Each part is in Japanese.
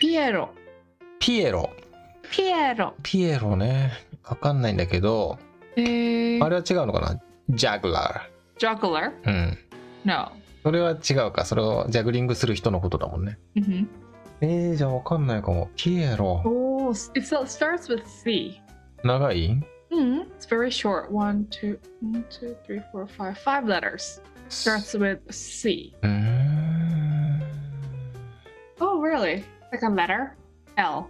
ピエロ。ピエロ。ピエロ。ピエロね。わかんないんだけど、えあー、れは違うのかなジャグラ juggler? ー。うん。 No. それは違うか。それをジャグリングする人のことだもんね。 Mhm. えー、じゃあわかんないかも。ピエロ。 Oh, s- it so- starts with C. 長い Mm, it's very short. One, two, one, two, three, four, five. Five letters. Starts with C. うーん。 Oh, really? Like a letter? L.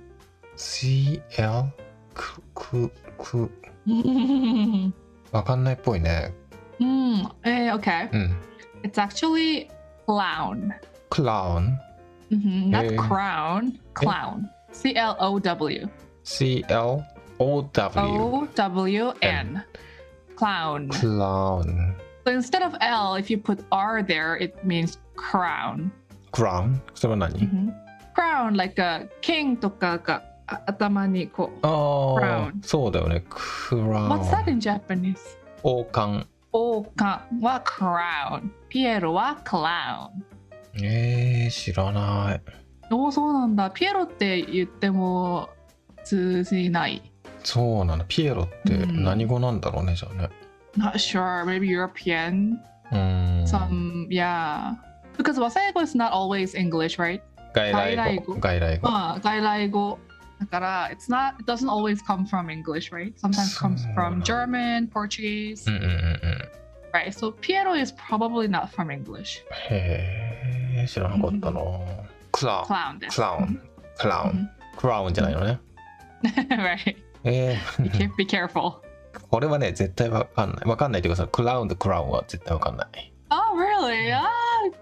CL? く、く、く。 mm, わかんないっぽいね。 eh, okay. うん。 It's actually clown. クラウン Mhm, Not Eh. crown. Clown. C L O W. ?CLOW。 O W N. Clown. クラウン。 So instead of L, if you put R there, it means crown. クラウンそれは何、 crown like a king とかがあ頭にこ Oh. う。ああ Crown、そうだよね。クラウン。 What's that in Japanese? 王冠。王冠は crown。ピエロは clown。えー、知らない。おおそうなんだ。ピエロって言っても通じない。そうなの。ピエロってうん何語なんだろうね、じゃあね。 Not sure. Maybe European. うーん。 Some yeah. Because 和製語 is not always English, right? 外来語。外来語。まあ外来語だから it's not it doesn't always come from English, right? Sometimes comes そうな from んだ German, Portuguese, うんうんうんうん。 right? So ピエロ is probably not from English. へえ、知らなかったな。クラウン。 Clown です。クラウン。クラウン。クラウンじゃないのね。 right. え You ー、 can't be careful. これはね、絶対わかんない。わかんないというかさ、クラウンとクラウンは絶対わかんない。 Oh, really? Ah,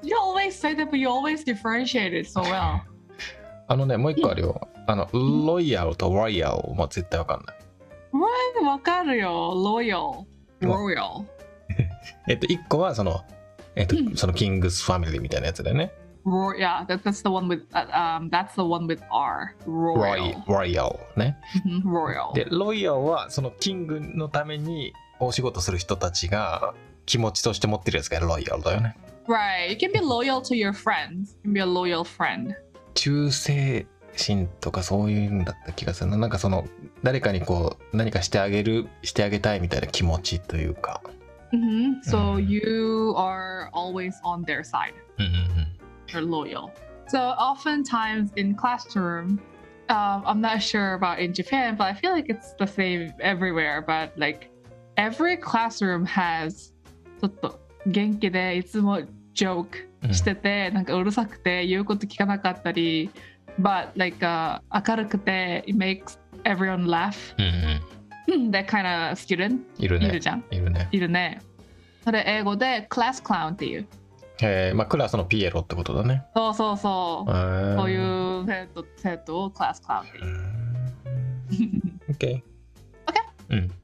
you always say that, but you always differentiate it so well. あのね、もう一個あるよ。あの、ロイヤルとワイヤルも絶対わかんない。 Right? わかるよ。Loyal. Royal. えっと、一個はその、えっとう、んそのキングスファミリーみたいなやつだよね。 Roy- yeah, that, that's the one with uh, um, that's the one with R. ロイ Royal. ロイヤルね。 Mhm, Royal. で、ロイヤルはそのキングのためにお仕事する人たちが気持ちとして持ってるやつがロイヤルだよね。 Right. You can be loyal to your friends. You can be a loyal friend. 忠誠心とかそういうんだった気がするな。なんかその、誰かにこう、何かしてあげる、してあげたいみたいな気持ちというか。 hmm So Mhm. you are always on their side. うんうんうん。 You're loyal. So oftentimes in classroom, um, I'm not sure about in Japan, but I feel like it's the same everywhere. But like every classroom has ちょっと元気でいつも joke うんしてて、なんかうるさくて言うこと聞かなかったり、but like、uh, 明るくて it makes everyone laugh. うんう ん。that kind of student いるいるね。じゃん。いるね。いるね。それ英語で class clown っていう。えー、まあ、クラスのピエロってことだね。そうそうそう。そそうい。う生徒生徒を class clown っていうう。ん OK。 OK うん。